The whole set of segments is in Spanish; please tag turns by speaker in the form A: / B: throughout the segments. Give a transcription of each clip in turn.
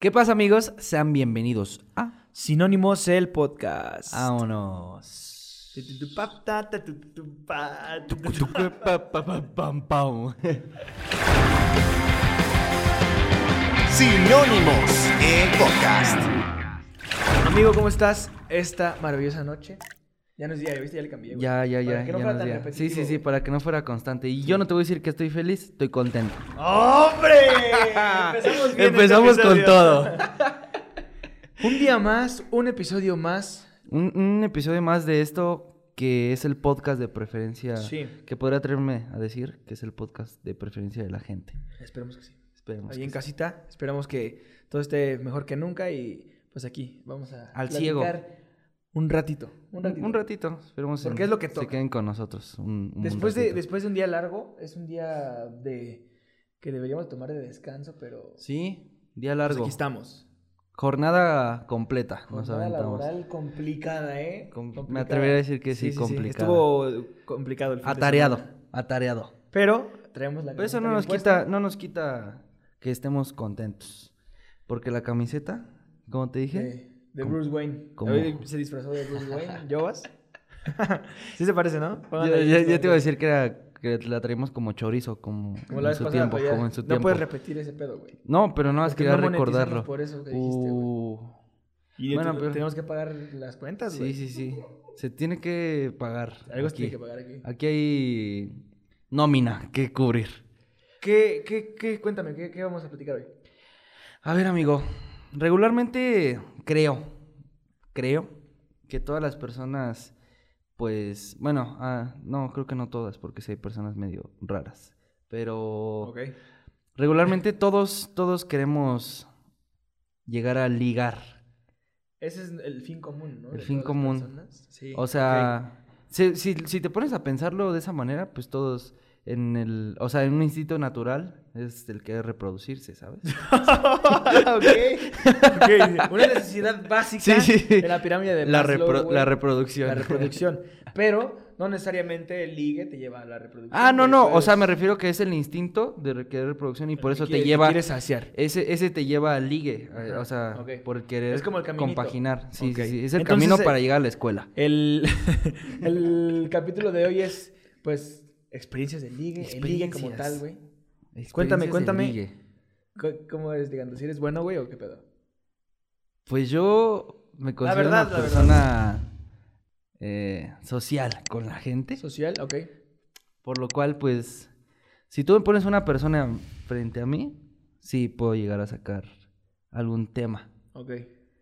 A: ¿Qué pasa amigos? Sean bienvenidos a
B: Sinónimos el podcast.
A: Ah. Vámonos.
C: Sinónimos, el podcast.
B: Amigo, ¿cómo estás esta maravillosa noche? Ya no es día, ¿viste? Ya le cambié. güey.
A: Ya, ya, ya.
B: Para que no
A: ya
B: fuera
A: nos
B: tan
A: diga. Sí,
B: repetitivo,
A: sí, sí,
B: güey.
A: para que no fuera constante. Y yo no te voy a decir que estoy feliz, estoy contento.
B: ¡Hombre! Empezamos bien
A: Empezamos
B: este
A: con
B: episodio.
A: todo.
B: Un día más, un episodio más.
A: un, un episodio más de esto que es el podcast de preferencia.
B: Sí.
A: Que podría atreverme a decir que es el podcast de preferencia de la gente.
B: Esperemos que sí.
A: Esperemos.
B: Ahí
A: que
B: en
A: sí.
B: casita, esperamos que todo esté mejor que nunca y pues aquí vamos a
A: Al
B: platicar
A: ciego.
B: Un ratito, un ratito.
A: Un ratito, esperemos
B: Porque
A: en-
B: es lo que
A: se
B: toca.
A: queden con nosotros. un- un
B: Después de,
A: ratito.
B: después de un día largo, es un día de que deberíamos tomar de descanso, pero pues
A: Sí, día largo.
B: aquí estamos.
A: Jornada completa. nos
B: Jornada
A: aventamos.
B: laboral complicada, ¿eh?
A: Com- me
B: Complicada.
A: atrevería a decir que sí, complicada.
B: Estuvo eh, complicado el fin de
A: Atareado,
B: semana.
A: atareado.
B: Pero traemos la
A: Pero eso
B: camiseta
A: no
B: bien
A: nos
B: puesta.
A: quita, no nos quita que estemos contentos. Porque la camiseta, como te dije,
B: De, de Bruce Wayne.
A: ¿Cómo?
B: Hoy se disfrazó de Bruce Wayne. ¿Yobas? sí se parece, ¿no?
A: yo,
B: Pónganla ahí
A: yo- yo
B: en
A: te iba a
B: comentarios.
A: decir que, era, que la traíamos como chorizo, como,
B: pues. Como la
A: en
B: vez
A: su
B: pasada,
A: tiempo,
B: pues ya
A: como en su
B: no
A: tiempo.
B: puedes repetir ese pedo, güey.
A: No, pero no más
B: Porque
A: quería
B: no monetizamos
A: recordarlo.
B: por eso que dijiste, güey.
A: Uh,
B: Y
A: Bueno,
B: tú-
A: pero-
B: tenemos que pagar las cuentas,
A: sí,
B: güey.
A: sí, sí. Se tiene que pagar.
B: Algo se
A: aquí.
B: tiene que pagar aquí.
A: Aquí hay nómina que cubrir.
B: ¿Qué, qué, qué? Cuéntame, ¿qué, qué vamos a platicar hoy?
A: A ver, amigo, regularmente creo, creo que todas las personas, pues, bueno, ah, no, creo que no todas, porque sí hay personas medio raras, pero regularmente todos, todos queremos llegar a ligar.
B: Ese es el fin común, ¿no?
A: El
B: De
A: fin
B: todas las
A: común.
B: personas. Sí.
A: O sea, si, si- si te pones a pensarlo de esa manera, pues todos en el, o sea, en un instinto natural es el que reproducirse, ¿sabes?
B: Ok. Una necesidad básica
A: Sí, sí.
B: de la pirámide de
A: La,
B: Maslow,
A: repro-
B: güey.
A: la reproducción.
B: La reproducción. Pero no necesariamente el ligue te lleva a la reproducción.
A: Ah, no,
B: güey,
A: no. O
B: puedes-
A: sea, me refiero que es el instinto de re- querer reproducción y por
B: el
A: eso
B: que
A: te
B: quiere-
A: lleva.
B: Quieres saciar.
A: Ese, ese te lleva al ligue. a-
B: Ajá,
A: O sea,
B: ok.
A: por querer
B: Es como el caminito.
A: compaginar. Sí, sí,
B: Ok.
A: sí, Es el
B: Entonces,
A: camino
B: eh,
A: para llegar a la escuela.
B: El, el capítulo de hoy es, pues, experiencias de ligue. El ligue como
A: Experiencias.
B: tal, güey. cuéntame,
A: Experiencias de
B: cuéntame.
A: ligue.
B: Co- ¿Cómo eres ligando? ¿Si eres bueno, güey, o qué pedo?
A: Pues yo me considero
B: verdad,
A: una
B: la verdad.
A: persona eh, social con la gente.
B: Social, ok.
A: Por lo cual, pues, si tú me pones una persona frente a mí, sí puedo llegar a sacar algún tema.
B: Ok.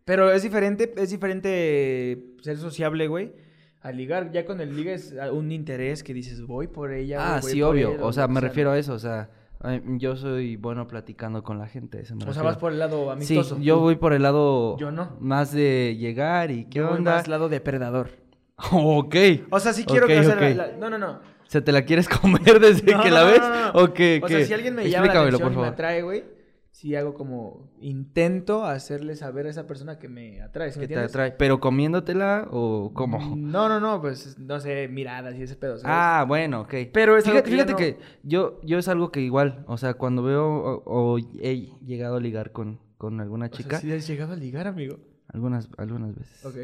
B: Pero es diferente, es diferente ser sociable, güey. A ligar, ya con el ligue es ah, un interés que dices, voy por ella. güey,
A: Ah,
B: voy
A: sí,
B: por
A: obvio.
B: él,
A: o sea,
B: lo que
A: me refiero a eso. O sea, ay, yo soy bueno platicando con la gente. Eso me
B: O sea,
A: refiero.
B: vas por el lado
A: Sí,
B: amistoso.
A: yo voy por el lado.
B: Yo no.
A: Más de llegar y qué
B: Yo voy
A: onda.
B: más lado depredador.
A: ok.
B: O sea, sí quiero que...
A: Ok,
B: o sea,
A: ok.
B: la- la- No, no, no.
A: ¿Se te la quieres comer desde
B: No,
A: que
B: no,
A: la
B: no,
A: ves?
B: no, no.
A: ¿O qué?
B: O sea,
A: qué?
B: si alguien me llama la
A: Explícamelo,
B: atención y me
A: por favor.
B: atrae, güey, sí hago como... Intento hacerle saber a esa persona que me atrae, ¿sí me
A: ¿Qué te
B: entiendes?
A: atrae? ¿Pero comiéndotela o cómo?
B: No, no, no, pues, no sé, miradas y ese pedo, ¿sabes?
A: Ah, bueno, ok.
B: Pero es algo
A: fíjate,
B: que ya
A: fíjate
B: no-
A: que yo, yo es algo que igual, o sea, cuando veo o, o he llegado a ligar con, con alguna
B: O sea,
A: chica,
B: sí has llegado a ligar, amigo.
A: algunas, algunas veces.
B: Ok.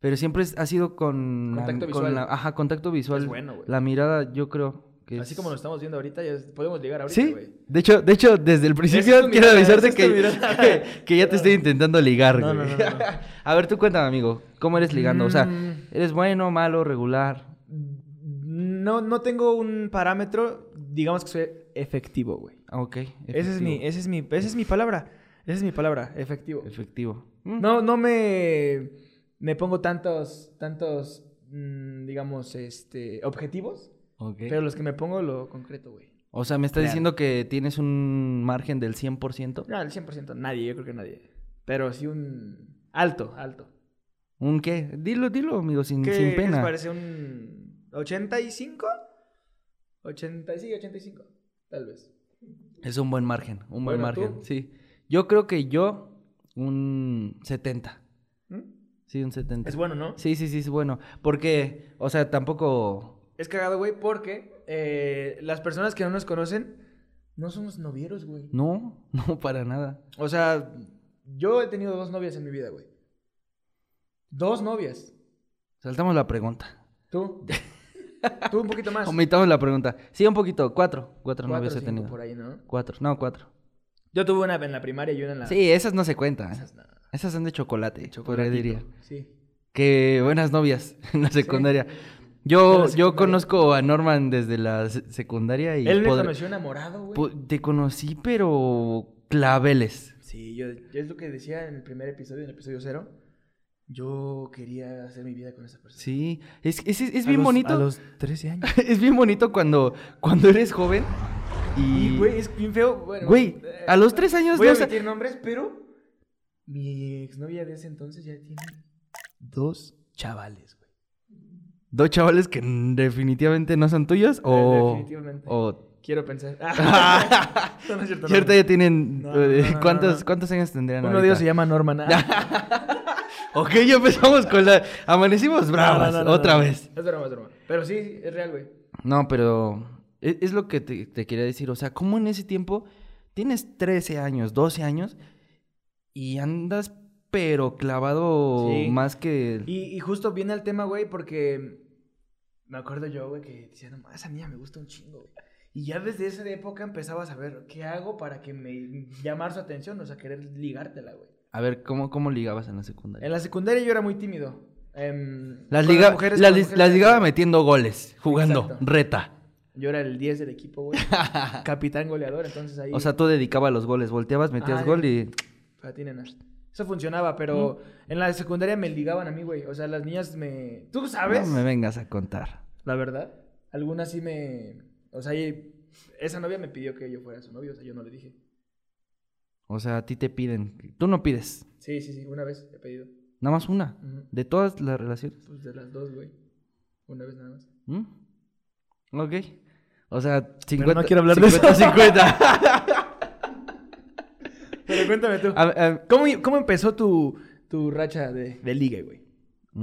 A: Pero siempre es- ha sido con... la-
B: Contacto
A: con
B: visual.
A: la- ajá, contacto visual.
B: Es bueno, güey.
A: La mirada, yo creo que
B: Así
A: es-
B: como lo estamos viendo ahorita, ya podemos llegar ahorita,
A: Sí,
B: güey.
A: de hecho, de hecho, desde el principio quiero
B: tu mirada, esa
A: avisarte
B: es
A: que,
B: tu mirada.
A: que, que ya te estoy intentando ligar,
B: No,
A: güey.
B: no, no, no, no.
A: A ver, tú cuéntame, amigo, ¿cómo eres ligando? O sea,
B: Mm.
A: ¿eres bueno, malo, regular?
B: No, no tengo un parámetro, digamos que soy efectivo, güey.
A: Ah, Ok,
B: Esa es mi,
A: efectivo,
B: esa es mi, esa es mi palabra. Esa es mi palabra, efectivo.
A: Efectivo. Mm.
B: No, no me, me pongo tantos, tantos, mm, digamos, este, objetivos,
A: Ok.
B: pero los que me pongo lo concreto, güey.
A: O sea, ¿me estás
B: Real.
A: diciendo que tienes un margen del 100%?
B: No, al 100% nadie, yo creo que nadie. Pero sí un alto, alto.
A: ¿Un qué? Dilo, dilo, amigo, sin,
B: ¿Qué,
A: sin
B: qué les
A: pena.
B: parece un 85? 80, sí, 85, tal vez.
A: Es un buen margen, un buen
B: Bueno,
A: margen,
B: ¿tú?
A: sí. Yo creo que yo un 70.
B: ¿Mm?
A: Sí, un 70.
B: Es bueno, ¿no?
A: Sí, sí, sí, es bueno. Porque, o sea, tampoco.
B: Es cagado, güey, porque eh, las personas que no nos conocen no somos novieros, güey.
A: No, no, para nada.
B: O sea, Yo he tenido dos novias en mi vida, güey. Dos novias.
A: Saltamos la pregunta.
B: ¿Tú? Tú un poquito más.
A: Omitamos la pregunta. Sí, un poquito. Cuatro. Cuatro,
B: Cuatro,
A: novias he
B: cinco
A: tenido.
B: por ahí, ¿no?
A: Cuatro. No, cuatro.
B: Yo tuve una en la primaria y una en la...
A: Sí, esas no se cuentan.
B: Esas no.
A: Esas son de chocolate, por ahí
B: Chocolatito.
A: diría.
B: Sí.
A: Qué buenas novias en la secundaria. Yo,
B: En la
A: yo
B: secundaria.
A: conozco a Norman desde la se- secundaria y
B: Él me
A: podr-
B: conoció enamorado, güey.
A: po- Pues, te conocí, pero claveles.
B: Sí, yo, yo es lo que decía en el primer episodio, en el episodio cero. Yo quería hacer mi vida con esa persona.
A: Sí, es, es, es- es
B: A
A: bien
B: los-
A: bonito.
B: A los 13 años.
A: Es bien bonito cuando, cuando eres joven y...
B: Y, güey, es bien feo. Bueno,
A: Güey,
B: eh,
A: a los tres años
B: Voy
A: no
B: a
A: sa-
B: omitir nombres, pero mi exnovia de ese entonces ya tiene dos chavales, güey.
A: Dos chavales que n- definitivamente no son tuyos
B: Eh,
A: o...
B: Definitivamente.
A: o...
B: Quiero pensar. no, no es cierto.
A: Y ahorita ya tienen... eh,
B: No, no, no, no, no,
A: ¿cuántos,
B: no.
A: ¿Cuántos años tendrían
B: Uno
A: ahorita?
B: de ellos se llama Norman. Ah,
A: Ok, ya empezamos con la... Amanecimos bravas,
B: no, no, no,
A: otra
B: no.
A: vez.
B: Es broma, es broma. Pero sí, es real, güey.
A: No, pero e- es lo que te, te quería decir. O sea, ¿cómo en ese tiempo tienes 13 años, 12 años y andas pero clavado
B: Sí.
A: más que...
B: Y, y justo viene al tema, güey, porque me acuerdo yo, güey, que decía, no, esa niña me gusta un chingo, güey. Y ya desde esa época empezaba a saber qué hago para que me llamar su atención, o sea, querer ligártela, güey.
A: A ver, ¿cómo, cómo ligabas en la secundaria?
B: En la secundaria yo era muy tímido. Em,
A: Las,
B: con
A: liga-
B: mujeres-
A: las
B: con
A: li-
B: mujeres
A: las
B: era-
A: ligaba metiendo goles, jugando,
B: Exacto.
A: reta.
B: Yo era el 10 del equipo, güey. Capitán goleador, entonces ahí...
A: O sea, tú dedicabas los goles, volteabas, metías
B: Ah,
A: gol y...
B: Patinenas. Eso funcionaba, pero en la secundaria me ligaban a mí, güey. O sea, las niñas me... ¿Tú sabes?
A: No me vengas a contar.
B: La verdad. Algunas sí me... O sea, y esa novia me pidió que yo fuera su novio, o sea, yo no le dije.
A: O sea, a ti te piden. Tú no pides.
B: Sí, sí, sí, una vez he pedido.
A: Nada más una.
B: Ujú.
A: De todas las relaciones.
B: Pues de las dos, güey. Una vez nada más.
A: ¿Mm? Ok. O sea, 50.
B: no quiero hablar de
A: 50,
B: eso.
A: 50.
B: Pero cuéntame tú.
A: A ver, a ver.
B: ¿Cómo, cómo empezó tu, tu racha de, de liga, güey?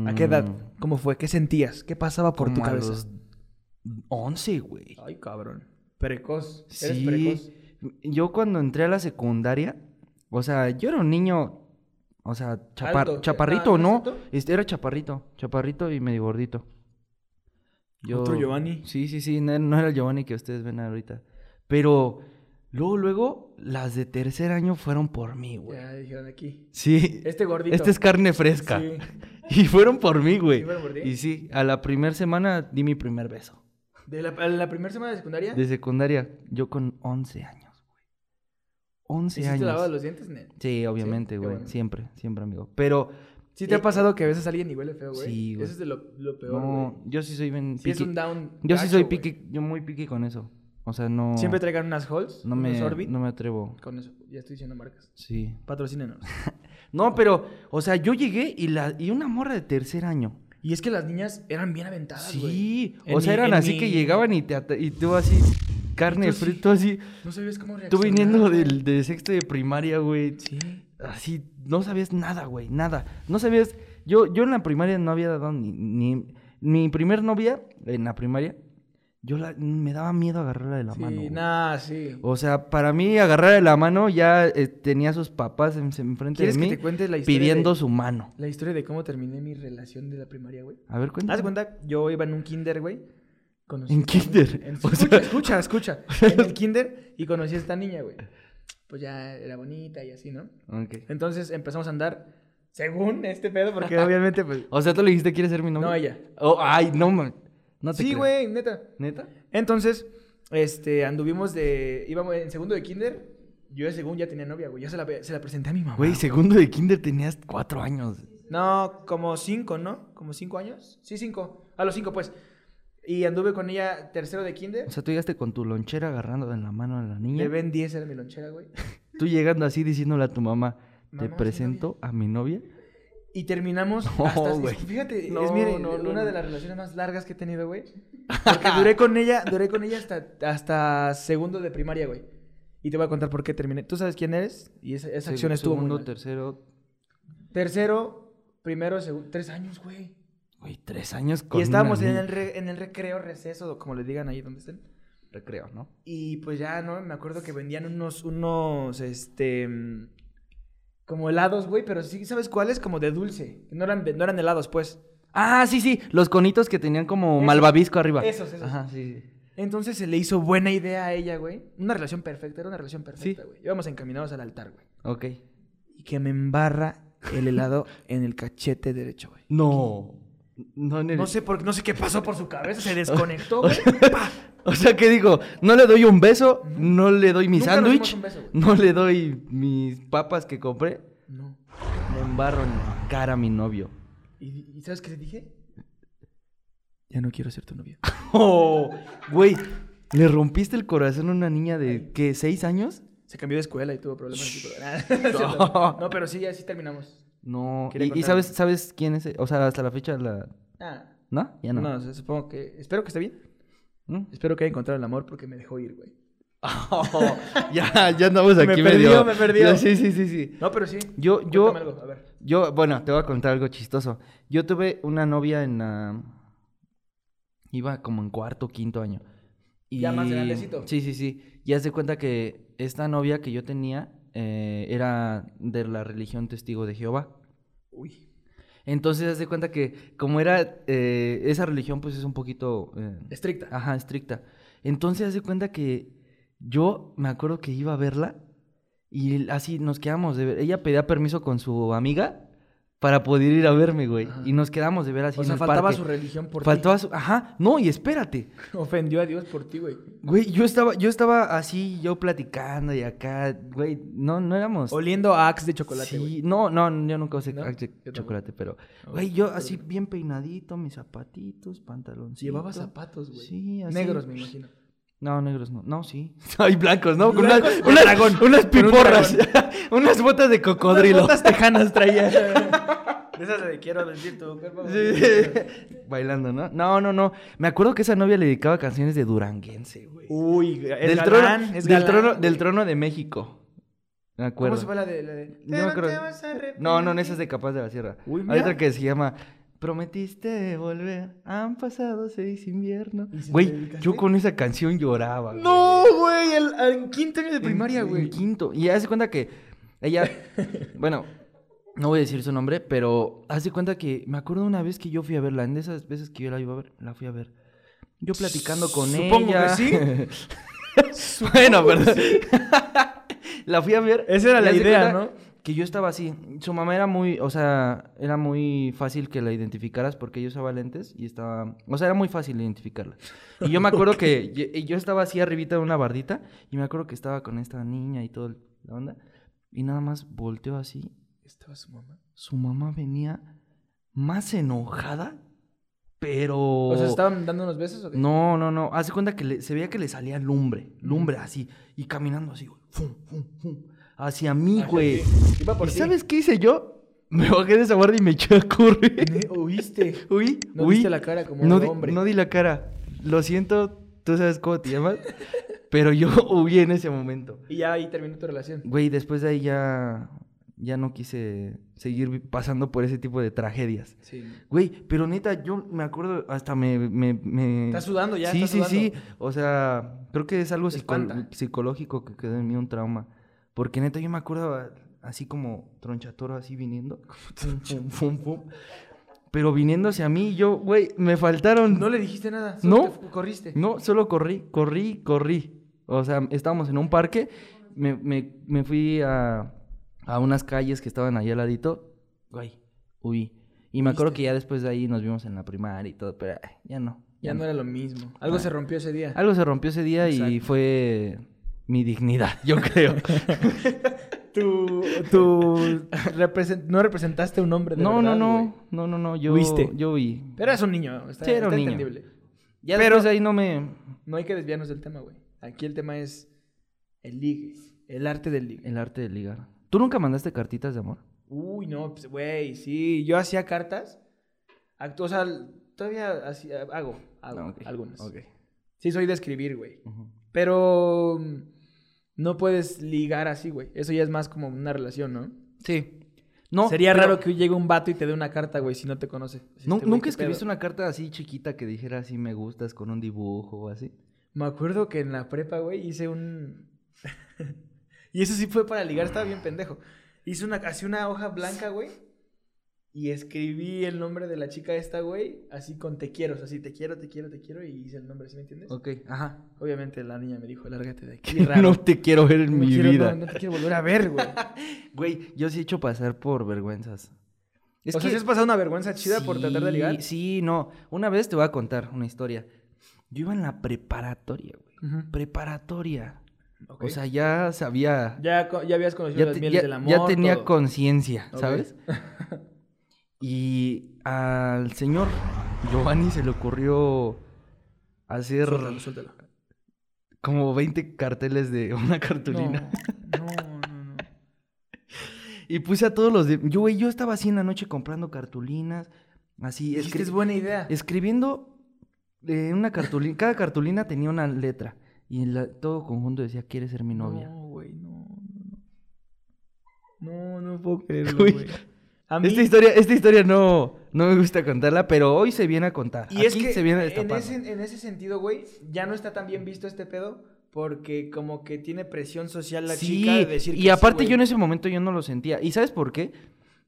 B: ¿A qué edad?
A: Mm,
B: ¿Cómo fue? ¿Qué sentías? ¿Qué pasaba por tu
A: como Mm, a
B: cabeza?
A: los 11, güey.
B: Ay, cabrón. Precoz. Eres
A: Sí.
B: precoz.
A: Yo cuando entré a la secundaria, o sea, yo era un niño, o sea, chapar-
B: Alto.
A: chaparrito,
B: Ah,
A: ¿no?
B: ¿no es alto?
A: Este, Era chaparrito, chaparrito y medio gordito.
B: Otro Giovanni.
A: Sí, sí, sí, no, no era el Giovanni que ustedes ven ahorita. Pero luego, luego, las de tercer año fueron por mí, güey.
B: Ya dijeron aquí.
A: Sí,
B: Este gordito.
A: esta es carne fresca.
B: Sí.
A: Y fueron por mí, güey.
B: ¿Sí fueron por ti?
A: y sí, a la primera semana di mi primer beso.
B: ¿De la, a la primera semana de secundaria?
A: De secundaria, yo con 11 años, güey. 11
B: ¿Y si te
A: años.
B: lavabas los dientes, Ned?
A: Sí, obviamente,
B: qué
A: güey.
B: bueno.
A: Siempre, siempre, amigo. Pero
B: ¿Sí te
A: Eh,
B: ha pasado que besas a alguien y huele feo, güey?
A: sí, güey.
B: Eso es de lo, lo peor, güey.
A: no, yo sí soy bien
B: Sí, es
A: picky.
B: un down.
A: Yo sí soy
B: gacho, güey.
A: piqui, yo muy piqui con eso. O sea, no
B: Siempre traigan unas halls,
A: no
B: unos
A: me
B: Orbit.
A: no me atrevo.
B: Con eso, ya estoy diciendo marcas.
A: Sí.
B: Patrocínenos.
A: No, pero o sea, yo llegué y la y una morra de tercer año.
B: y es que las niñas eran bien aventadas, güey.
A: Sí,
B: En
A: o sea,
B: mi-
A: eran
B: en
A: así
B: mi-
A: que llegaban y te ata- y tú así carne
B: Y tú sí.
A: frita así.
B: No sabías cómo
A: Tú
B: reaccionar.
A: viniendo del de sexto de primaria, güey.
B: Sí.
A: Así, no sabías nada, güey, nada. No sabías. Yo, yo en la primaria no había dado ni, ni. Mi primer novia en la primaria, yo la, me daba miedo agarrarla de la
B: sí,
A: mano. güey.
B: nah, sí.
A: O sea, para mí agarrar de la mano ya eh, tenía a sus papás en- enfrente de
B: ¿Quieres que
A: mí
B: te cuente la historia?
A: pidiendo
B: de-
A: su mano.
B: La historia de cómo terminé mi relación de la primaria, güey.
A: A ver,
B: Haz
A: cuéntame.
B: de cuenta, yo iba en un kinder, güey. Conocí
A: ¿En
B: a esta niña.
A: kinder?
B: En-
A: O
B: escucha,
A: sea-
B: escucha, escucha. En el kinder y conocí a esta niña, güey. Pues ya era bonita y así, ¿no?
A: Ok.
B: Entonces empezamos a andar según este pedo, porque obviamente, pues.
A: O sea, tú le dijiste, ¿quieres ser mi novia?
B: No, ella.
A: Oh, ay, no, man. No te
B: sí,
A: creo.
B: güey, neta.
A: ¿Neta?
B: Entonces, este, anduvimos de. Íbamos en segundo de kinder. Yo, según ya tenía novia, güey. Yo se la, se la presenté a mi mamá.
A: Güey, segundo de kinder tenías cuatro años.
B: No, como cinco, ¿no? Como cinco años. Sí, cinco. A los cinco, pues. Y anduve con ella tercero de kinder.
A: O sea, tú llegaste con tu lonchera agarrando de la mano a la niña.
B: Le ven 10 era mi lonchera, güey.
A: Tú llegando así diciéndole a tu mamá,
B: Mamá,
A: te
B: soy
A: presento a mi novia.
B: Y terminamos
A: No,
B: hasta...
A: güey.
B: Fíjate,
A: No,
B: es mire,
A: no, no,
B: una
A: no.
B: de las relaciones más largas que he tenido, güey. Porque duré con ella, duré con ella hasta, hasta segundo de primaria, güey. Y te voy a contar por qué terminé. Tú sabes quién eres y esa, esa acción
A: Seg-
B: estuvo muy
A: Segundo,
B: mal.
A: tercero.
B: Tercero, primero, segundo, tres años, güey.
A: Güey, tres años con
B: Y estábamos
A: una
B: en
A: niña.
B: el, re- en el recreo, receso, como le digan ahí donde estén.
A: recreo, ¿no?
B: Y pues ya, ¿no? Me acuerdo que vendían unos, unos, este, mm, Como helados, güey, pero sí, ¿sabes cuáles? Como de dulce. No eran, no eran helados, pues.
A: Ah, sí, sí, los conitos que tenían como
B: Esos.
A: malvavisco arriba.
B: Esos, esos.
A: Ajá, sí. sí.
B: Entonces se le hizo buena idea a ella, güey. Una relación perfecta, era una relación perfecta, güey. Íbamos encaminados al altar, güey.
A: Ok.
B: Y que me embarra el helado en el cachete derecho, güey.
A: No. No, en el-
B: No sé por no sé qué pasó por su cabeza, se
A: O
B: desconectó, güey.
A: sea,
B: ¡pa!
A: o sea, ¿qué digo? No le doy un beso, no le doy mi
B: Nunca nos dimos
A: sándwich,
B: un beso, güey.
A: no le doy mis papas que compré.
B: No.
A: Le embarro en la cara a mi novio.
B: ¿Y, y sabes qué le dije? Ya no quiero ser tu novia.
A: Oh, güey, ¿le rompiste el corazón a una niña de, qué, seis años?
B: Se cambió de escuela y tuvo problemas. y todo. Nada, no es cierto. No, pero sí, así terminamos.
A: No.
B: Quería
A: ¿Y, y
B: contar
A: sabes,
B: algo.
A: sabes quién es? O sea, hasta la fecha la...
B: Ah,
A: ¿No? Ya
B: no,
A: no.
B: o sea, supongo que. Espero que esté bien.
A: ¿Mm?
B: Espero que haya encontrado el amor porque me dejó ir, güey.
A: Oh, ya, ya andamos
B: Me
A: aquí
B: perdió,
A: medio-
B: me perdió.
A: Ya, Sí, sí, sí, sí.
B: No, pero sí.
A: Yo, yo,
B: Cuéntame algo, a ver.
A: yo, bueno, te voy a contar algo chistoso. Yo tuve una novia en la... Iba como en cuarto, quinto año. Y...
B: Ya más grandecito.
A: Sí, sí, sí. Y haz de cuenta que esta novia que yo tenía eh, era de la religión testigo de Jehová.
B: Uy,
A: Entonces, haz de cuenta que como era eh, esa religión, pues es un poquito... eh,
B: estricta.
A: Ajá, estricta. Entonces hace cuenta que yo me acuerdo que iba a verla y así nos quedamos de ver. Ella pedía permiso con su amiga para poder ir a verme, güey.
B: Ajá.
A: Y nos quedamos de ver así.
B: o
A: en
B: sea,
A: el
B: faltaba
A: parque.
B: su religión por
A: Faltaba su- Ajá, no, y espérate.
B: ti. Ofendió a Dios por ti, güey.
A: Güey, yo estaba, yo estaba así, yo platicando y acá, güey, no, no éramos.
B: Oliendo a Axe de chocolate,
A: sí,
B: güey.
A: no, no, yo nunca usé
B: ¿No?
A: Axe
B: Yo
A: chocolate, pero,
B: Ah,
A: güey, yo
B: pero
A: así
B: no.
A: bien peinadito, mis zapatitos, pantaloncitos.
B: Llevaba zapatos, güey.
A: Sí, así.
B: Negros, me imagino.
A: No, negros no. No, sí. Hay blancos, ¿no? Con unas,
B: Blancos.
A: unas- unas
B: Con un
A: piporras. unas botas de cocodrilo.
B: Unas botas tejanas traía. De esas de quiero decir tu cuerpo.
A: Sí. Bailando, ¿no? No, no, no. Me acuerdo que esa novia le dedicaba canciones de Duranguense, güey.
B: Uy, Uh, es
A: del,
B: galán,
A: trono,
B: es
A: del,
B: galán.
A: trono, del trono de México. Me
B: ¿Cómo
A: acuerdo.
B: se va la de...? La de
A: No me acuerdo.
B: "Te vas a arrepentir"?
A: No, no, no, esa es de Capaz de la Sierra.
B: Uy,
A: Hay
B: mira.
A: otra que se llama Prometiste volver. Han pasado seis inviernos.
B: ¿Y si te
A: Güey,
B: dedicaste?
A: yo con esa canción lloraba. güey.
B: No, güey, el, en quinto año de
A: En-
B: primaria,
A: en
B: güey.
A: quinto. Y hace cuenta que ella, bueno, no voy a decir su nombre, pero hace cuenta que me acuerdo una vez que yo fui a verla, en esas veces que yo la iba a ver, la fui a ver. Yo platicando con
B: Supongo
A: ella.
B: que sí.
A: bueno, perdón. la fui a ver.
B: Esa era
A: y
B: la
A: haz de
B: idea,
A: cuenta Que yo estaba así. Su mamá era muy, o sea, era muy fácil que la identificaras porque ella usaba lentes y estaba, o sea, era muy fácil identificarla. Y yo me acuerdo que yo, y yo estaba así arribita de una bardita y me acuerdo que estaba con esta niña y toda la onda y nada más volteó así.
B: Estaba su mamá.
A: Su mamá venía más enojada, pero...
B: O sea, ¿estaban dando unos besos o qué?
A: No, no, no. Hace cuenta que le- se veía que le salía lumbre, lumbre así. Y caminando así, güey. Fum, fum, fum. Hacia mí,
B: Ah,
A: güey.
B: sí. Iba por
A: ¿Y
B: ti.
A: sabes qué hice yo? Me bajé de esa guardia y me eché a correr.
B: Ne- ¿Oíste?
A: Uy,
B: No
A: uy.
B: viste la cara como
A: no
B: un
A: di,
B: hombre.
A: no di la cara. Lo siento, tú sabes cómo te llamas. pero yo huí en ese momento.
B: Y ya ahí terminó tu relación.
A: Güey, después de ahí ya, ya no quise seguir vi- pasando por ese tipo de tragedias.
B: Sí.
A: Güey, pero neta, yo me acuerdo, hasta me... me, me...
B: Estás sudando ya,
A: Sí,
B: estás
A: sí, sí.
B: sudando.
A: O sea, creo que es algo
B: Te
A: psico-
B: espanta.
A: psicológico que quedó en mí un trauma. Porque neta, yo me acuerdo a- así como tronchatoro así viniendo. Fum, fum, fum. Pero viniendo hacia mí, yo, güey, me faltaron...
B: No le dijiste nada. solo
A: No.
B: te fu- corriste.
A: No, solo corrí, corrí, corrí. O sea, estábamos en un parque, me, me- me fui a, a unas calles que estaban allá al ladito, güey, huí. Y me acuerdo
B: Huiste.
A: que ya después de ahí nos vimos en la primaria y todo, pero ay, ya no.
B: Ya no era lo mismo. Algo
A: Ah.
B: se rompió ese día.
A: Algo se rompió ese día y
B: Exacto.
A: fue mi dignidad, yo creo.
B: Tú, tú represent- no representaste a un hombre de
A: no, no,
B: verdad,
A: no,
B: güey.
A: no, no, no, yo,
B: Huiste.
A: yo huí.
B: Pero eras un niño. Está,
A: Sí, era un
B: está
A: niño.
B: entendible.
A: Ya
B: Pero-
A: después de ahí no me...
B: No hay que desviarnos del tema, güey. Aquí el tema es el ligue. El arte del ligue.
A: El arte de ligar. ¿Tú nunca mandaste cartitas de amor?
B: Uy, no, pues, güey, sí. Yo hacía cartas. Act- O sea, todavía hacía- hago, hago
A: Ah, ok.
B: algunas.
A: Ok.
B: Sí, soy de escribir, güey.
A: Ujú.
B: Pero mm, no puedes ligar así, güey. Eso ya es más como una relación, ¿no?
A: Sí. No,
B: Sería
A: pero-
B: raro que llegue un vato y te dé una carta, güey, si no te conoce. "Este
A: ¿Nu- ¿Nunca escribiste una carta así chiquita que dijera así me gustas con un dibujo o así?
B: Me acuerdo que en la prepa, güey, hice un. y eso sí fue para ligar, estaba bien pendejo. Hice una, así una hoja blanca, güey. Y escribí el nombre de la chica esta, güey. Así con te quiero. O sea, así te quiero, te quiero, te quiero. Y hice el nombre, ¿sí me entiendes?
A: Ok, ajá.
B: Obviamente la niña me dijo, lárgate de aquí. raro.
A: No te quiero ver en
B: No
A: mi
B: quiero-
A: vida.
B: No, no te quiero volver a ver, güey.
A: Güey, yo sí he hecho pasar por vergüenzas.
B: o sea, si has pasado una vergüenza chida por tratar de ligar.
A: Sí, Sí, no. Una vez te voy a contar una historia. Yo iba en la preparatoria, güey.
B: Ujú.
A: Preparatoria.
B: Ok.
A: O sea, ya sabía.
B: ya, co- ya habías conocido Pues las
A: te-
B: mieles
A: ya-
B: del
A: ya
B: amor.
A: tenía
B: todo.
A: conciencia,
B: Ok.
A: ¿sabes? Y al señor Giovanni se le ocurrió hacer
B: Suéltalo, suéltalo.
A: como 20 carteles de una cartulina.
B: No, no, no, no.
A: Y puse a todos los de... Yo, güey, yo estaba así en la noche comprando cartulinas, así,
B: Es que
A: escri-
B: es buena idea.
A: escribiendo eh, una cartulina. Cada cartulina tenía una letra. Y la- todo conjunto decía, ¿quieres ser mi novia?
B: No, güey, no, no, no. No, no puedo creerlo,
A: Güey.
B: güey. A
A: Esta historia, esta historia no, no me gusta contarla, pero hoy se viene a contar.
B: y es
A: Aquí
B: que
A: se viene a
B: en,
A: destapar.
B: ese, en ese sentido, güey, ya no está tan bien visto este pedo porque como que tiene presión social la
A: sí,
B: chica de decir que
A: y
B: sí,
A: aparte
B: güey.
A: yo en ese momento yo no lo sentía. ¿Y sabes por qué?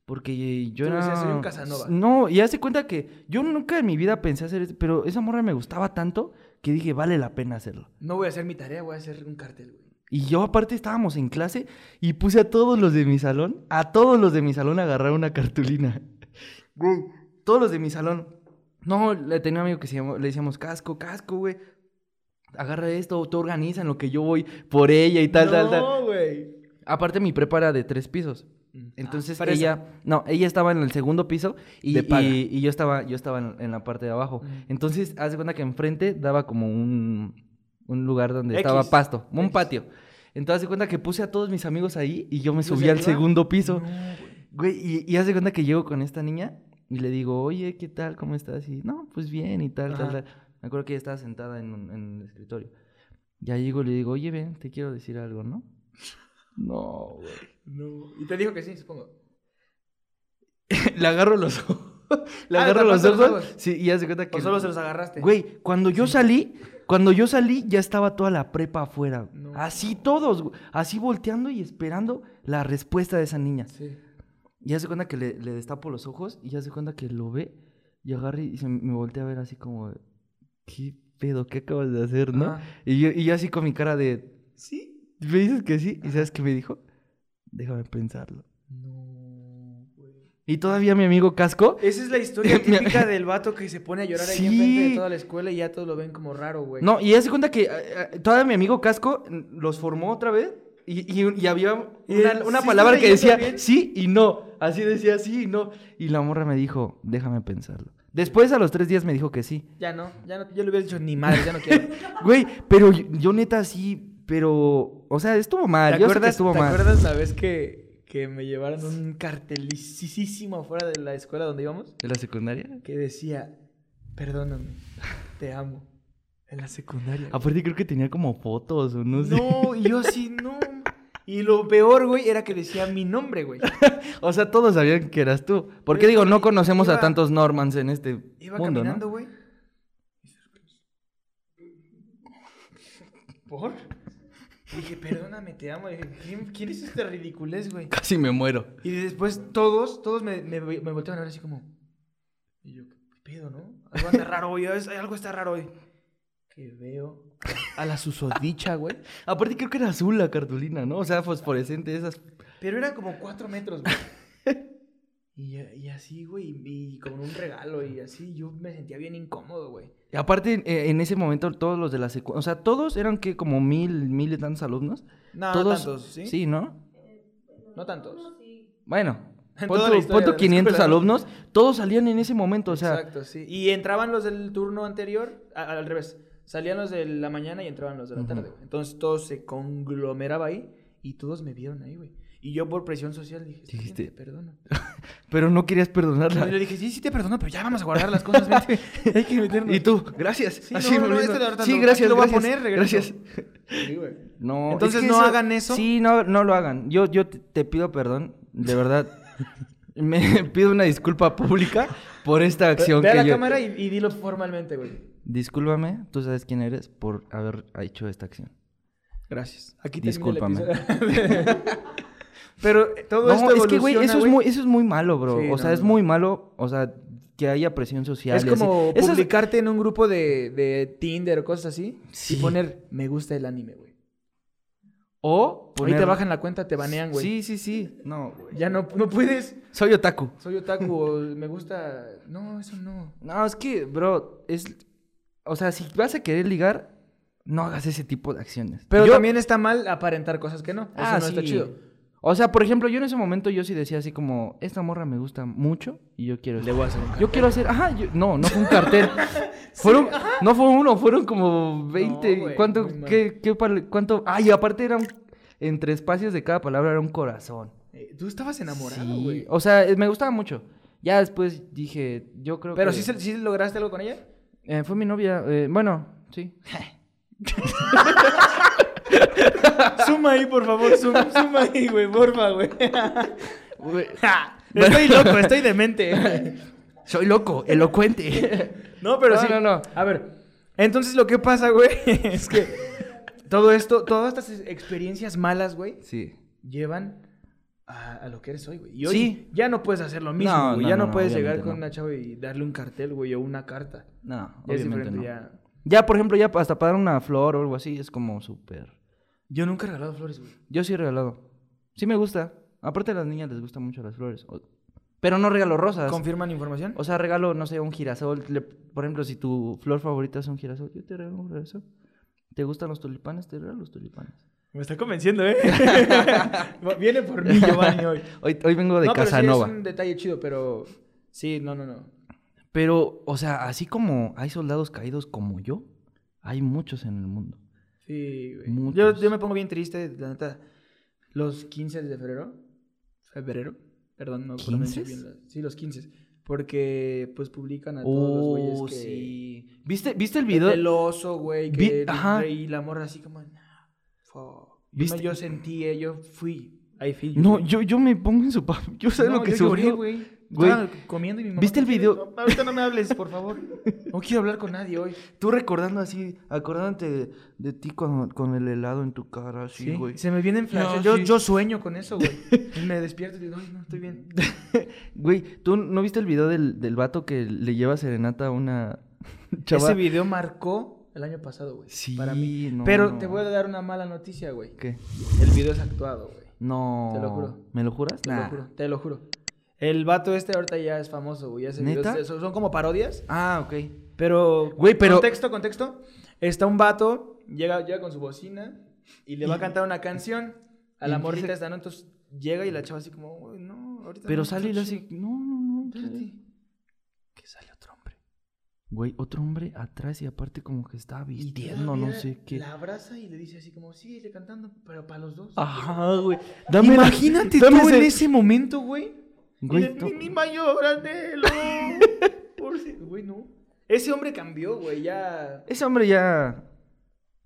A: Porque yo
B: Tú
A: era...
B: decías, "Soy un Casanova".
A: No, y hace cuenta que yo nunca en mi vida pensé hacer... esto, Pero esa morra me gustaba tanto que dije, vale la pena hacerlo.
B: No voy a hacer mi tarea, voy a hacer un cartel, güey.
A: Y yo aparte estábamos en clase y puse a todos los de mi salón, a todos los de mi salón a agarrar una cartulina. Güey, todos los de mi salón. No, le tenía un amigo que se llamó- le decíamos casco, casco, güey. Agarra esto, tú organiza en lo que yo voy por ella y tal, tal, tal.
B: No, güey.
A: Aparte mi prepa era de tres pisos. Entonces ella, no, ella estaba en el segundo piso y,
B: De paga.
A: y- y yo estaba, yo estaba en, en la parte de abajo.
B: Mm.
A: Entonces, haz de cuenta que enfrente daba como un, un lugar donde
B: X.
A: estaba pasto, un
B: X.
A: patio. Entonces, haz de cuenta que puse a todos mis amigos ahí y yo me
B: ¿Los de
A: subí al
B: arriba?
A: segundo
B: No,
A: piso.
B: güey.
A: Güey, y, y haz de cuenta que llego con esta niña y le digo, oye, ¿qué tal? ¿Cómo estás? Y no, pues bien y tal, tal,
B: Ajá.
A: tal. Me acuerdo que ella estaba sentada en, un- en el escritorio. Ya llego y le digo, oye, ven, te quiero decir algo, ¿no? No, güey.
B: No. Y te dijo que sí, supongo.
A: Le agarro los ojos. Le
B: Ah,
A: agarro
B: ¿le
A: los
B: tapaste los
A: ojos.
B: ojos?
A: Sí, y hace cuenta que.
B: O solo se los agarraste.
A: Güey, cuando yo salí, cuando yo salí, ya estaba toda la prepa afuera.
B: No.
A: Así todos, güey, así volteando y esperando la respuesta de esa niña.
B: Sí.
A: Y hace cuenta que le, le destapo los ojos y hace cuenta que lo ve y agarra y se me voltea a ver así como, ¿qué pedo? ¿Qué acabas de hacer, no?
B: Ajá.
A: Y yo, y yo así con mi cara de,
B: Sí.
A: ¿me dices que sí? ¿Y sabes qué me dijo? Déjame pensarlo.
B: No, güey.
A: Y todavía mi amigo Casco
B: Esa es la historia típica del vato que se pone a llorar ahí
A: Sí.
B: enfrente de toda la escuela y ya todos lo ven como raro, güey.
A: No, y hace cuenta que eh, eh, todavía mi amigo Casco mm, los formó otra vez y, y- y había
B: Y él,
A: una, una
B: ¿sí
A: palabra
B: está
A: que decía
B: leyendo bien?
A: sí y no. Así decía sí y no. Y la morra me dijo, déjame pensarlo. Después a los tres días me dijo que sí.
B: Ya no, ya no, yo le hubiera dicho ni madre, ya no quiero.
A: Güey, pero yo, yo neta sí, pero... O sea, estuvo mal.
B: ¿Te
A: Yo sé que
B: acuerdas,
A: estuvo
B: ¿te
A: mal.
B: acuerdas la vez que, que me llevaron un cartelicísimo afuera de la escuela donde íbamos?
A: ¿De la secundaria?
B: Que decía, perdóname, te amo. En la secundaria. güey.
A: Aparte creo que tenía como fotos o Ah, pues, no sé.
B: No, y yo así, no. Y lo peor, güey, era que decía mi nombre, güey.
A: O sea, todos sabían que eras tú. Porque
B: Güey,
A: digo, no
B: iba-
A: conocemos a
B: iba-
A: tantos Normans en este
B: Iba
A: mundo, ¿no?
B: caminando, güey. ¿Por? Dije, perdóname, te amo. Dije, ¿quién, quién es esta ridiculez, güey?
A: Casi me muero.
B: Y después todos, todos me, me, me volteaban a ver así como. Y yo, ¿qué pedo, no? Algo anda raro hoy, es- algo está raro hoy. Que veo a la susodicha, güey.
A: Aparte creo que era azul la cartulina, ¿no? O sea, fosforescente, esas...
B: Pero eran como cuatro metros, güey. Y, y así, güey, y con un regalo y así, yo me sentía bien incómodo, güey.
A: Y aparte, eh, en ese momento todos los de la secundaria... O sea, todos eran que como mil, mil y tantos alumnos.
B: No,
A: todos...
B: no Ah, tantos, ¿sí?
A: Sí, ¿no?
B: No tantos.
A: Bueno,
B: En
A: pon
B: toda
A: tu- pon
B: la historia
A: tu
B: de la
A: 500
B: escuela, ¿no?
A: alumnos, todos salían en ese momento, o sea...
B: Exacto, sí. Y entraban los del turno anterior, a- al revés. Salían los de la mañana y entraban los de la
A: Ujú.
B: tarde, güey. Entonces todo se conglomeraba ahí y todos me vieron ahí, güey. Y yo por presión social dije, "Está bien,
A: Dijiste,
B: te perdono.
A: Pero no querías
B: Y le
A: perdonarla.
B: dije, sí, sí te perdono, pero ya vamos a guardar las cosas, vente. Hay que meternos.
A: Y tú, gracias.
B: Sí, no, no, no,
A: volviendo.
B: este de ahorita
A: sí,
B: no,
A: gracias,
B: aquí lo voy a
A: gracias,
B: poner, regreso.
A: Gracias.
B: Sí, güey.
A: No, es
B: Entonces,
A: que
B: no hagan eso.
A: Sí, no, no lo hagan. Yo, yo te, te pido perdón, de verdad. Me pido una disculpa pública por esta acción
B: Ve a
A: que
B: la
A: yo...
B: cámara y, y dilo formalmente, güey.
A: Discúlpame, tú sabes quién eres por haber hecho esta acción.
B: Gracias. Aquí
A: termina el
B: Discúlpame.
A: Discúlpame.
B: Pero eh, todo
A: No,
B: esto
A: es que, güey,
B: evoluciona,
A: eso, es muy- eso es muy malo, bro.
B: Sí,
A: o sea,
B: no,
A: es
B: no.
A: muy malo, o sea, que haya presión social.
B: Es
A: y así.
B: como
A: Eso es-
B: publicarte en un grupo de, de Tinder o cosas así
A: Sí.
B: y poner me gusta el anime, güey.
A: O
B: Ahí te
A: poner-
B: bajan la cuenta, te banean, güey.
A: Sí, sí, sí. No, güey.
B: Ya no, no puedes.
A: Soy otaku.
B: Soy otaku o me gusta. No, eso no.
A: No, es que, bro, es... O sea, si vas a querer ligar, no hagas ese tipo de acciones.
B: Pero
A: Yo- Ah,
B: también está mal aparentar cosas que no. Eso no está
A: sí.
B: chido.
A: O sea, por ejemplo, yo en ese momento yo sí decía así como, esta morra me gusta mucho y yo quiero...
B: Le voy a hacer un
A: Yo quiero hacer, ajá, yo- no, no fue un cartel. fueron, no fue uno, fueron como 20.
B: güey,
A: ¿Cuánto?
B: muy mal.
A: ¿Qué? qué pal- ¿Cuánto? Ay, aparte eran entre espacios de cada palabra era un corazón.
B: Eh, Tú estabas enamorado,
A: Sí,
B: güey.
A: O sea, eh, me gustaba mucho. Ya después dije, yo creo
B: Pero
A: que
B: sí, se- sí lograste algo con ella.
A: eh, fue mi novia, eh, bueno, sí.
B: Suma ahí, por favor. Suma, suma ahí, güey. Porfa, güey.
A: Güey,
B: estoy loco, estoy demente.
A: Soy loco, elocuente.
B: No, pero
A: No,
B: sí.
A: no, no.
B: A ver. Entonces lo que pasa, güey, es que todo esto, todas estas es- experiencias malas, güey,
A: sí.
B: llevan a, a lo que eres hoy, güey. Y hoy
A: Sí.
B: ya no puedes hacer lo mismo,
A: No,
B: güey.
A: no,
B: ya
A: no,
B: no,
A: no,
B: puedes llegar
A: obviamente
B: con
A: no.
B: una chava y darle un cartel, güey, o una carta.
A: No,
B: Ya es
A: obviamente
B: diferente,
A: no.
B: ya.
A: Ya, por ejemplo, ya hasta para dar una flor o algo así es como súper.
B: Yo nunca he regalado flores, güey.
A: Yo sí he regalado. Sí me gusta. Aparte a las niñas les gustan mucho las flores. O- Pero no regalo rosas.
B: ¿Confirman información?
A: o sea, regalo, no sé, un girasol. Le- Por ejemplo, si tu flor favorita es un girasol, yo te regalo un girasol. ¿Te gustan los tulipanes? Te regalo los tulipanes.
B: Me está convenciendo, ¿eh? Viene por mí Giovanni hoy.
A: Hoy, hoy vengo de
B: no,
A: Casanova.
B: pero sí es un detalle chido, pero... Sí, no, no, no.
A: Pero, o sea, así como hay soldados caídos como yo, hay muchos en el mundo.
B: Sí, güey.
A: Muchos.
B: Yo, yo me pongo bien triste, la neta. Los 15 de febrero. Febrero. Perdón, no pronuncio
A: ¿Quinces?
B: bien. las- Sí, los 15. Porque, pues, publican a todos los
A: Oh,
B: güeyes que...
A: sí. ¿Viste, ¿Viste el video?
B: Video... El oso, güey,
A: Vi-
B: que...
A: ajá.
B: Y la morra así como... "Nah, fuck". Yo me-
A: ¿Viste?
B: Yo sentí, eh, yo fui. Ahí fui.
A: No, yo, yo me pongo en su papel. Yo sé lo que
B: sufrí,
A: sufrió.
B: güey.
A: Güey.
B: Estaba comiendo y mi mamá,
A: ¿Viste el
B: "No
A: video?
B: quiero- no, ahorita no me hables, por favor. No quiero hablar con nadie hoy.
A: Tú recordando así, acordándote de, de ti con, con el helado en tu cara, así,
B: Sí,
A: güey.
B: Se me vienen flashes.
A: No,
B: yo,
A: sí.
B: yo sueño con eso, güey. Y me despierto y digo, ay, no, estoy bien.
A: Güey, ¿tú no viste el video del, del vato que le lleva serenata a una chava?
B: Ese video marcó el año pasado, güey.
A: Sí,
B: para mí.
A: no,
B: Pero
A: no.
B: te voy a dar una mala noticia, güey.
A: ¿Qué?
B: El video es actuado, güey.
A: No.
B: Te lo juro.
A: ¿Me lo juras?
B: Te
A: Nah.
B: lo juro, te lo juro. El vato este ahorita ya es famoso, güey. Hace
A: ¿Neta?
B: videos- son- son como parodias.
A: Ah, ok.
B: Pero.
A: Güey, pero-
B: Contexto, contexto. Está un vato, llega, llega con su bocina y le va a cantar una canción a
A: y
B: la
A: empieza-
B: morrita esta, ¿no? Entonces llega y la chava así como, "Uy, no, ahorita.
A: Pero
B: no,
A: sale y le
B: está
A: hace.
B: chido".
A: No, no, no.
B: Espérate.
A: espérate".
B: Que sale otro hombre.
A: Güey, otro hombre atrás y aparte como que estaba vistiendo, no
B: todavía
A: sé qué.
B: La abraza y le dice así como, síguele cantando, pero para los dos.
A: Ajá, güey.
B: Imagínate
A: dame
B: tú en
A: ese-
B: ese momento, güey.
A: Güey,
B: Eres
A: no.
B: mi, mi mayor anhelo. Por si- Güey, no. Ese hombre cambió, güey, ya.
A: Ese hombre ya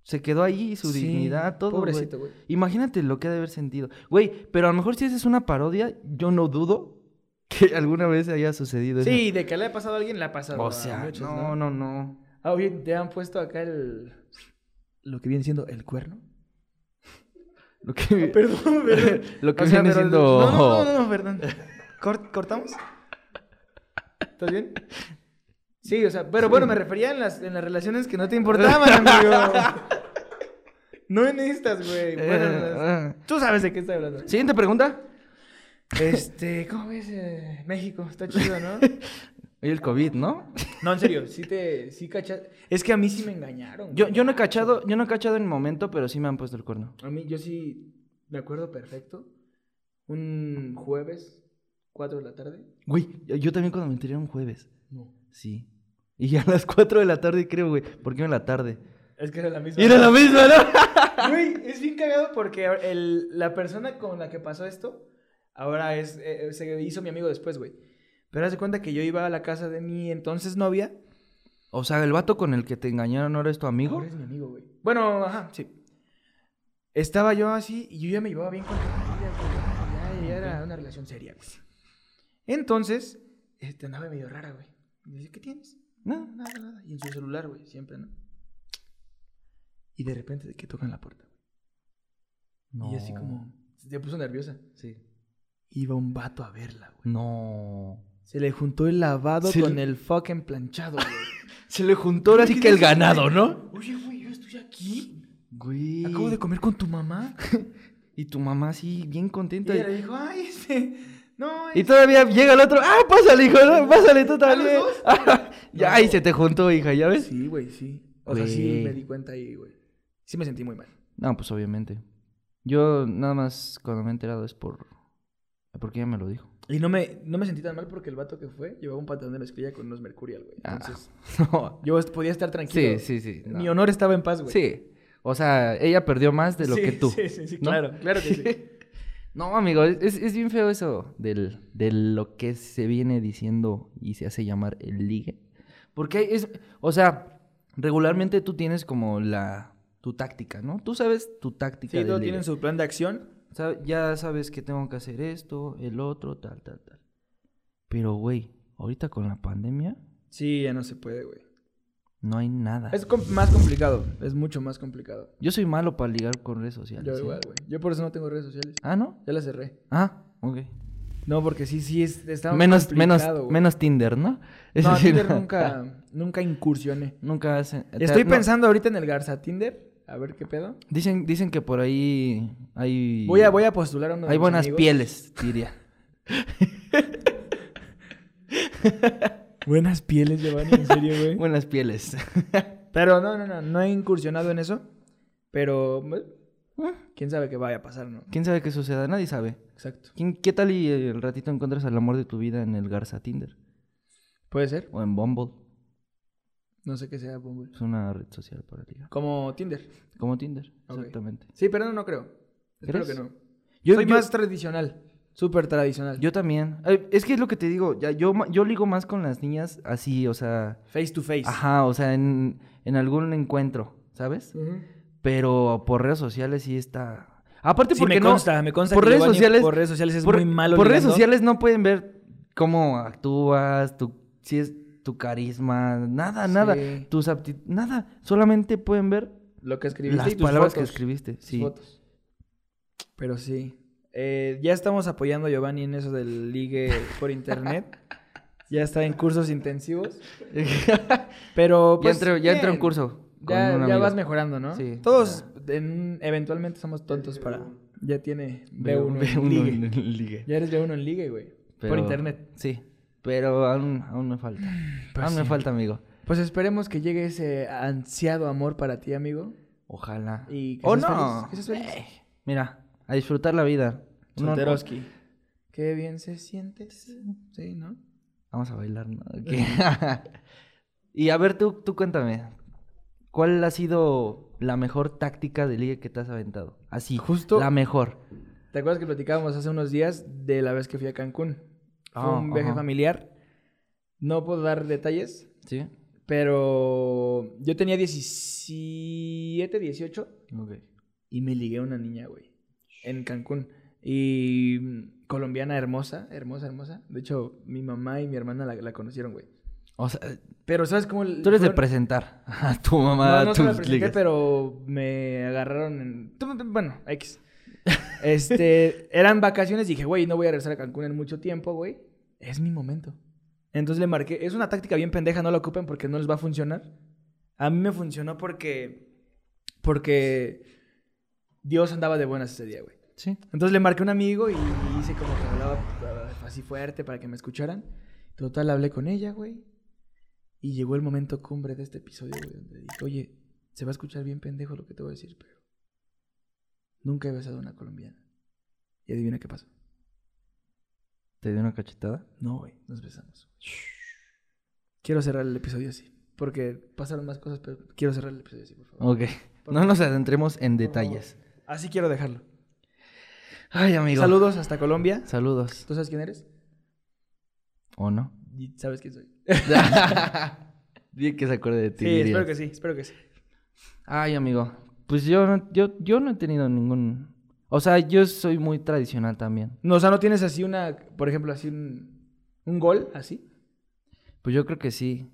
A: se quedó ahí, su
B: Sí,
A: dignidad, todo. güey.
B: Pobrecito, güey.
A: Imagínate lo que ha de haber sentido. Güey, pero a lo mejor si esa es una parodia, yo no dudo que alguna vez haya sucedido eso.
B: Sí, de que le ha pasado a alguien, le ha pasado
A: O
B: a
A: sea,
B: Ah, muchos,
A: no, no, no.
B: Ah, oye, te han puesto acá el... Lo que viene siendo el cuerno.
A: Lo que,
B: Perdón, perdón.
A: lo que
B: O sea,
A: viene
B: pero-
A: siendo.
B: No, no, no, no, no, perdón. Cort- ¿Cortamos? ¿Estás bien? Sí, o sea, pero bueno, me refería en las, en las relaciones que no te importaban, amigo. No en estas, güey. Bueno,
A: Eh,
B: en las-
A: ah.
B: tú sabes de qué estoy hablando.
A: Siguiente pregunta.
B: Este, ¿cómo ves eh, México? Está chido, ¿no?
A: Oye, el COVID, ¿no?
B: No, en serio, sí te, sí cachas. Es que a mí sí me engañaron.
A: Yo,
B: güey.
A: yo no he cachado, yo no he cachado en el momento, pero sí me han puesto el cuerno.
B: A mí, yo sí me acuerdo perfecto. Un jueves, 4 de la tarde.
A: Güey, yo, yo también cuando me enteré era un jueves.
B: No.
A: Sí. Y a las 4 de la tarde creo, güey. ¿Por qué en la tarde?
B: Es que era la misma.
A: Y era la misma, ¿no?
B: Güey, es bien cagado porque el- la persona con la que pasó esto ahora es eh, eh, se hizo mi amigo después, güey. Pero hace cuenta que yo iba a la casa de mi entonces novia.
A: O sea, el vato con el que te engañaron ahora es tu amigo.
B: Ahora es mi amigo, güey. Bueno, ajá, sí. Estaba yo así y yo ya me llevaba bien con ella, güey. Ya, ya era una relación seria, güey. Entonces, este, andaba medio rara, güey. Me dice, ¿qué tienes?
A: No.
B: Nada, nada. Y en su celular, güey, siempre, ¿no? Y de repente de que tocan la puerta, güey. Y yo así como, Se puso nerviosa.
A: Sí.
B: Iba un vato a verla, güey.
A: No.
B: Se le juntó el lavado
A: Se
B: con
A: le-
B: el fucking planchado, güey.
A: Se le juntó ahora sí que el ganado, ¿no?
B: Oye, güey, yo estoy aquí.
A: Güey.
B: Acabo de comer con tu mamá.
A: Y tu mamá así, bien
B: Y
A: contenta.
B: ella le dijo, ay, este. No,
A: Y
B: este-
A: todavía llega el otro. ¡Ah, pásale, hijo! ¿no? ¡Pásale tú
B: ¿A los
A: también! Ah,
B: dos?
A: ya,
B: No.
A: y se te juntó, hija, ¿ya ves?
B: Sí, güey, sí. O sea, sí
A: Güey.
B: me di cuenta ahí, güey. Sí me sentí muy mal.
A: No, pues obviamente. Yo nada más cuando me he enterado es por. Porque ella me lo dijo.
B: Y no me, no me sentí tan mal porque el vato que fue llevaba un pantalón de mezclilla con unos mercurial, güey.
A: Ah,
B: Entonces,
A: no.
B: yo est- podía estar tranquilo.
A: Sí, sí, sí. no.
B: Mi honor estaba en paz, güey.
A: Sí. O sea, ella perdió más de lo
B: Sí,
A: que tú.
B: Sí, sí, sí,
A: ¿no?
B: claro, claro que sí.
A: No, amigo, es, es bien feo eso del, de lo que se viene diciendo y se hace llamar el ligue. Porque es, o sea, regularmente tú tienes como la, tu táctica, ¿no? Tú sabes tu táctica.
B: Sí,
A: del
B: todos
A: ligue.
B: tienen su plan de acción.
A: Sa- Ya sabes que tengo que hacer esto, el otro, tal, tal, tal. Pero, güey, ahorita con la pandemia
B: Sí, ya no se puede, güey.
A: no hay nada.
B: Es com- más complicado, es mucho más complicado.
A: Yo soy malo para ligar con redes sociales.
B: Yo
A: ¿eh?
B: igual, güey. Yo por eso no tengo redes sociales.
A: Ah, ¿no?
B: Ya las cerré.
A: Ah, ok.
B: No, porque sí, sí, es, está
A: menos, menos,
B: complicado, güey.
A: menos Tinder, ¿no? Es
B: No,
A: decir,
B: Tinder nunca, nunca incursioné.
A: Nunca hacen. te-
B: Estoy
A: no,
B: pensando ahorita en el Garza Tinder. A ver qué pedo.
A: Dicen, dicen que por ahí hay.
B: Voy a, voy a postular a uno de
A: Hay
B: mis
A: buenas
B: amigos.
A: pieles, diría.
B: Buenas pieles, Giovanni, en serio, güey.
A: buenas pieles.
B: Pero no, no, no, no he incursionado en eso. Pero, bueno, quién sabe qué vaya a pasar, ¿no?
A: ¿Quién sabe qué suceda? Nadie sabe.
B: Exacto.
A: ¿Quién- ¿Qué tal y el ratito encuentras al amor de tu vida en el Garza Tinder?
B: Puede ser.
A: O en Bumble.
B: No sé qué sea Bumble.
A: Es una red social para ligar.
B: Como Tinder.
A: Como Tinder,
B: Ok.
A: exactamente.
B: Sí, pero no, no creo. Espero
A: ¿Crees?
B: que no.
A: Yo,
B: Soy
A: yo-
B: más tradicional. Súper tradicional.
A: yo también. Ay, Es que es lo que te digo. Ya, yo, ma- yo ligo más con las niñas así, o sea.
B: Face to face.
A: Ajá, o sea, en, en algún encuentro, ¿sabes?
B: Ujú.
A: Pero por redes sociales sí está. Aparte
B: Sí,
A: porque
B: me
A: no.
B: consta, me consta
A: por
B: que
A: redes
B: Giovanni
A: sociales-
B: por redes sociales es
A: por,
B: muy malo.
A: por redes
B: ligando.
A: sociales no pueden ver cómo actúas, tu, si es tu carisma, nada, nada.
B: Sí.
A: Tus aptitudes, nada. Solamente pueden ver
B: Lo que escribiste
A: las
B: y tus
A: palabras que
B: fotos.
A: escribiste.
B: Tus
A: Sí.
B: fotos. Pero sí. Eh, ya estamos apoyando a Giovanni en eso del ligue por internet. ya está en cursos intensivos. Pero
A: ya
B: pues,
A: entré, ya entré a un
B: bien.
A: curso. con
B: Ya,
A: un
B: ya
A: amigo.
B: vas mejorando, ¿no?
A: Sí.
B: Todos en- eventualmente somos tontos para. Ya tiene
A: Ve
B: B1
A: ve
B: en ligue.
A: en el ligue.
B: Ya eres B1 en ligue, güey.
A: Pero-
B: Por internet.
A: Sí. Pero aún, aún me falta.
B: Pues
A: aún ah, me
B: sí.
A: falta, amigo.
B: Pues esperemos que llegue ese ansiado amor para ti, amigo.
A: Ojalá.
B: Y que
A: ¿O
B: seas
A: no?
B: feliz, que seas feliz.
A: Eh, Mira, a disfrutar la vida. Uno-
B: Solteroski. Qué bien se siente. Sí, sí, ¿no?
A: Vamos a bailar, ¿no? ¿Qué? y a ver, tú, tú cuéntame. ¿Cuál ha sido la mejor táctica de liga que te has aventado? Así,
B: Justo-
A: La mejor.
B: ¿Te acuerdas que platicábamos hace unos días de la vez que fui a Cancún? Fue
A: Ah,
B: un viaje
A: ajá.
B: familiar. No puedo dar detalles,
A: ¿Sí?
B: pero yo tenía 17, 18
A: Ok.
B: y me ligué a una niña, güey, en Cancún. Y mm, colombiana hermosa, hermosa, hermosa. De hecho, mi mamá y mi hermana la, la conocieron, güey.
A: O sea,
B: Pero ¿sabes cómo?
A: tú eres de
B: fueron-
A: presentar a tu mamá
B: No,
A: a
B: no se la
A: tus
B: presenté,
A: ligas.
B: pero me agarraron en... tú- tú- Bueno, X. Este, eran vacaciones y dije, güey, no voy a regresar a Cancún en mucho tiempo, güey. Es mi momento. Entonces le marqué. Es una táctica bien pendeja, no la ocupen porque no les va a funcionar. A mí me funcionó porque... Porque Dios andaba de buenas ese día, güey.
A: Sí.
B: Entonces le marqué a un amigo y hice como que hablaba ah, así fuerte para que me escucharan. Total, hablé con ella, güey. Y llegó el momento cumbre de este episodio, güey, donde dije, oye, se va a escuchar bien pendejo lo que te voy a decir, pero nunca he besado a una colombiana. Y adivina qué pasó.
A: ¿Te dio una cachetada?
B: No, güey, nos besamos. Quiero cerrar el episodio así, porque pasaron más cosas, pero quiero cerrar el episodio así, por favor.
A: Ok. No nos adentremos en detalles.
B: Así quiero dejarlo.
A: Ay, amigo.
B: Saludos hasta Colombia.
A: Saludos.
B: ¿Tú sabes quién eres?
A: ¿O no?
B: Y sabes quién soy.
A: Bien que se acuerde de ti.
B: Sí,
A: dirías.
B: espero que sí, espero que sí.
A: Ay, amigo, pues yo no, yo, yo no he tenido ningún... O sea, yo soy muy tradicional también.
B: No, o sea, ¿no tienes así una, por ejemplo, así un, un gol, así?
A: Pues yo creo que sí.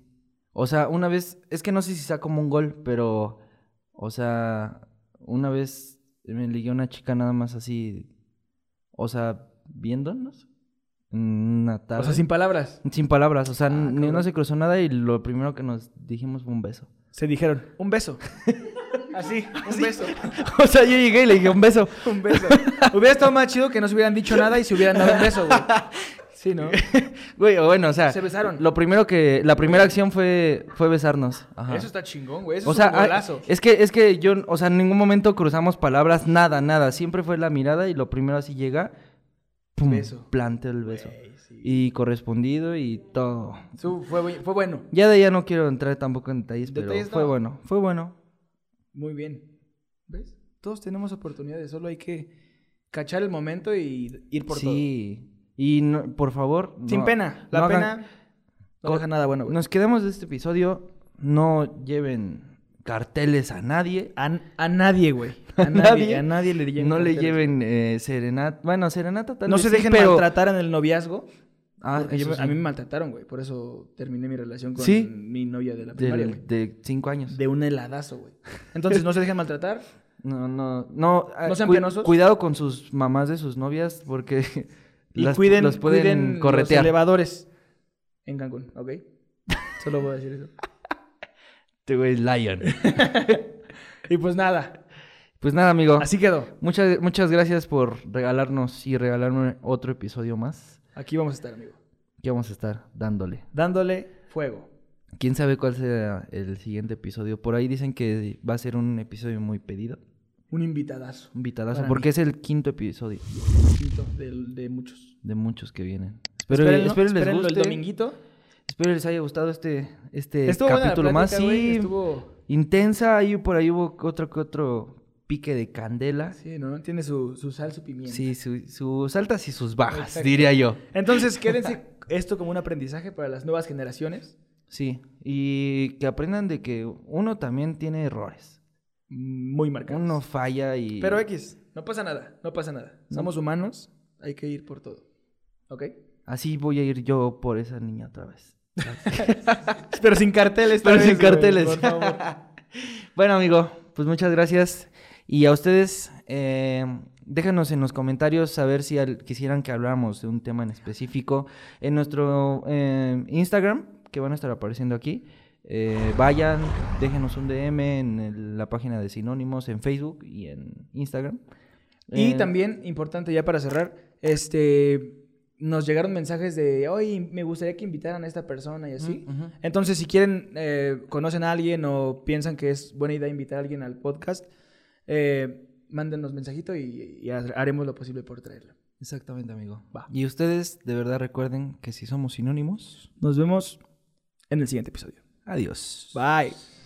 A: O sea, una vez... Es que no sé si sea como un gol, pero... O sea, una vez me ligué a una chica nada más así O sea, viéndonos. en Una tarde.
B: O sea, sin palabras.
A: Sin palabras, o sea,
B: Ah,
A: ni
B: cabrón.
A: no se cruzó nada y lo primero que nos dijimos fue un beso.
B: Se dijeron, un beso. Así, un beso.
A: o sea, yo llegué y le dije un beso.
B: Un beso. Hubiera estado más chido que no se hubieran dicho nada y se hubieran dado un beso, güey. Sí, ¿no?
A: Güey, o bueno, o sea,
B: Se besaron.
A: Lo primero que la primera acción fue fue besarnos. Ajá.
B: Eso está chingón, güey. Eso
A: o
B: es un
A: sea,
B: golazo.
A: ah, es que es que yo, o sea, en ningún momento cruzamos palabras, nada, nada, siempre fue la mirada y lo primero así llega pum,
B: Beso.
A: planteo el beso.
B: Güey, sí.
A: Y correspondido y todo.
B: Su- fue, bu- fue bueno.
A: Ya de ahí ya no quiero entrar tampoco en detalles, pero
B: Detalles
A: fue
B: no.
A: bueno, fue bueno.
B: Muy bien. ¿Ves? Todos tenemos oportunidades, solo hay que cachar el momento y ir por
A: sí. Y no- por favor,
B: todo. Sin
A: no-
B: pena. La
A: no hagan-
B: pena no
A: Co-
B: deja nada bueno, güey.
A: Nos quedamos de este episodio. No lleven carteles a nadie.
B: A, a nadie, güey.
A: ¿A
B: A
A: nadie?
B: nadie. A nadie le lleven
A: no le
B: carteles.
A: lleven eh, serenata. Bueno, serenata tal
B: No
A: vez
B: se
A: sí,
B: dejen
A: pero...
B: maltratar en el noviazgo.
A: Ah,
B: porque yo
A: eso
B: me- A
A: sí.
B: mí me maltrataron, güey. Por eso terminé mi relación con
A: Sí.
B: mi novia de la primaria,
A: Del-
B: güey.
A: de, cinco años.
B: De un heladazo, güey. Entonces, no se dejen maltratar.
A: No, no, no. ah,
B: ¿No sean
A: cui-
B: penosos?
A: Cuidado con sus mamás de sus novias porque
B: Y
A: las-
B: cuiden,
A: los pueden
B: cuiden los
A: corretear.
B: elevadores en Cancún, ¿ok? Solo voy a decir eso.
A: Este güey es Lion.
B: Y pues nada,
A: pues nada, amigo.
B: así quedó.
A: Muchas, muchas gracias por regalarnos y regalarme otro episodio más
B: Aquí vamos a estar, amigo.
A: que vamos a estar dándole.
B: Dándole fuego.
A: Quién sabe cuál sea el siguiente episodio. Por ahí dicen que va a ser un episodio muy pedido.
B: Un invitadazo.
A: Un vitalazo.
B: Para
A: Porque
B: mí.
A: es el quinto episodio
B: Quinto de, de muchos.
A: de muchos que vienen. Espero,
B: Espérenlo,
A: espero les
B: espérenlo
A: guste.
B: El dominguito.
A: Espero les haya gustado este, este
B: Estuvo buena la
A: capítulo más.
B: plática, güey,
A: Sí,
B: Estuvo...
A: intensa. Ahí por ahí hubo otro que otro pique de candela.
B: Sí, ¿no? Tiene su, su sal, su pimienta.
A: Sí, su- sus altas y sus bajas,
B: Exacto.
A: diría yo.
B: Entonces, quédense esto como un aprendizaje para las nuevas generaciones.
A: Sí. Y que aprendan de que uno también tiene errores.
B: Muy marcados.
A: Uno falla y.
B: Pero X, no pasa nada, no pasa nada. Somos humanos, hay que ir por todo. ¿Ok?
A: Así voy a ir yo por esa niña otra vez.
B: Pero sin carteles,
A: Pero
B: tal
A: sin
B: vez, güey,
A: carteles.
B: por favor.
A: Bueno, amigo, pues muchas gracias. Y a ustedes, eh, déjanos en los comentarios saber si al- quisieran que habláramos de un tema en específico. En nuestro eh, Instagram, que van a estar apareciendo aquí, eh, vayan, déjenos un DM en el- la página de Sinónimos, en Facebook y en Instagram.
B: y
A: Eh,
B: también, importante ya para cerrar, este. Nos llegaron mensajes de, oye, me gustaría que invitaran a esta persona y así.
A: Ujú.
B: Entonces, si quieren, eh, conocen a alguien o piensan que es buena idea invitar a alguien al podcast, eh, mándenos mensajito y, y ha- haremos lo posible por traerlo.
A: Exactamente, amigo.
B: Va.
A: Y ustedes, de verdad, recuerden que si somos sinónimos,
B: Nos vemos en el siguiente episodio.
A: adiós.
B: Bye.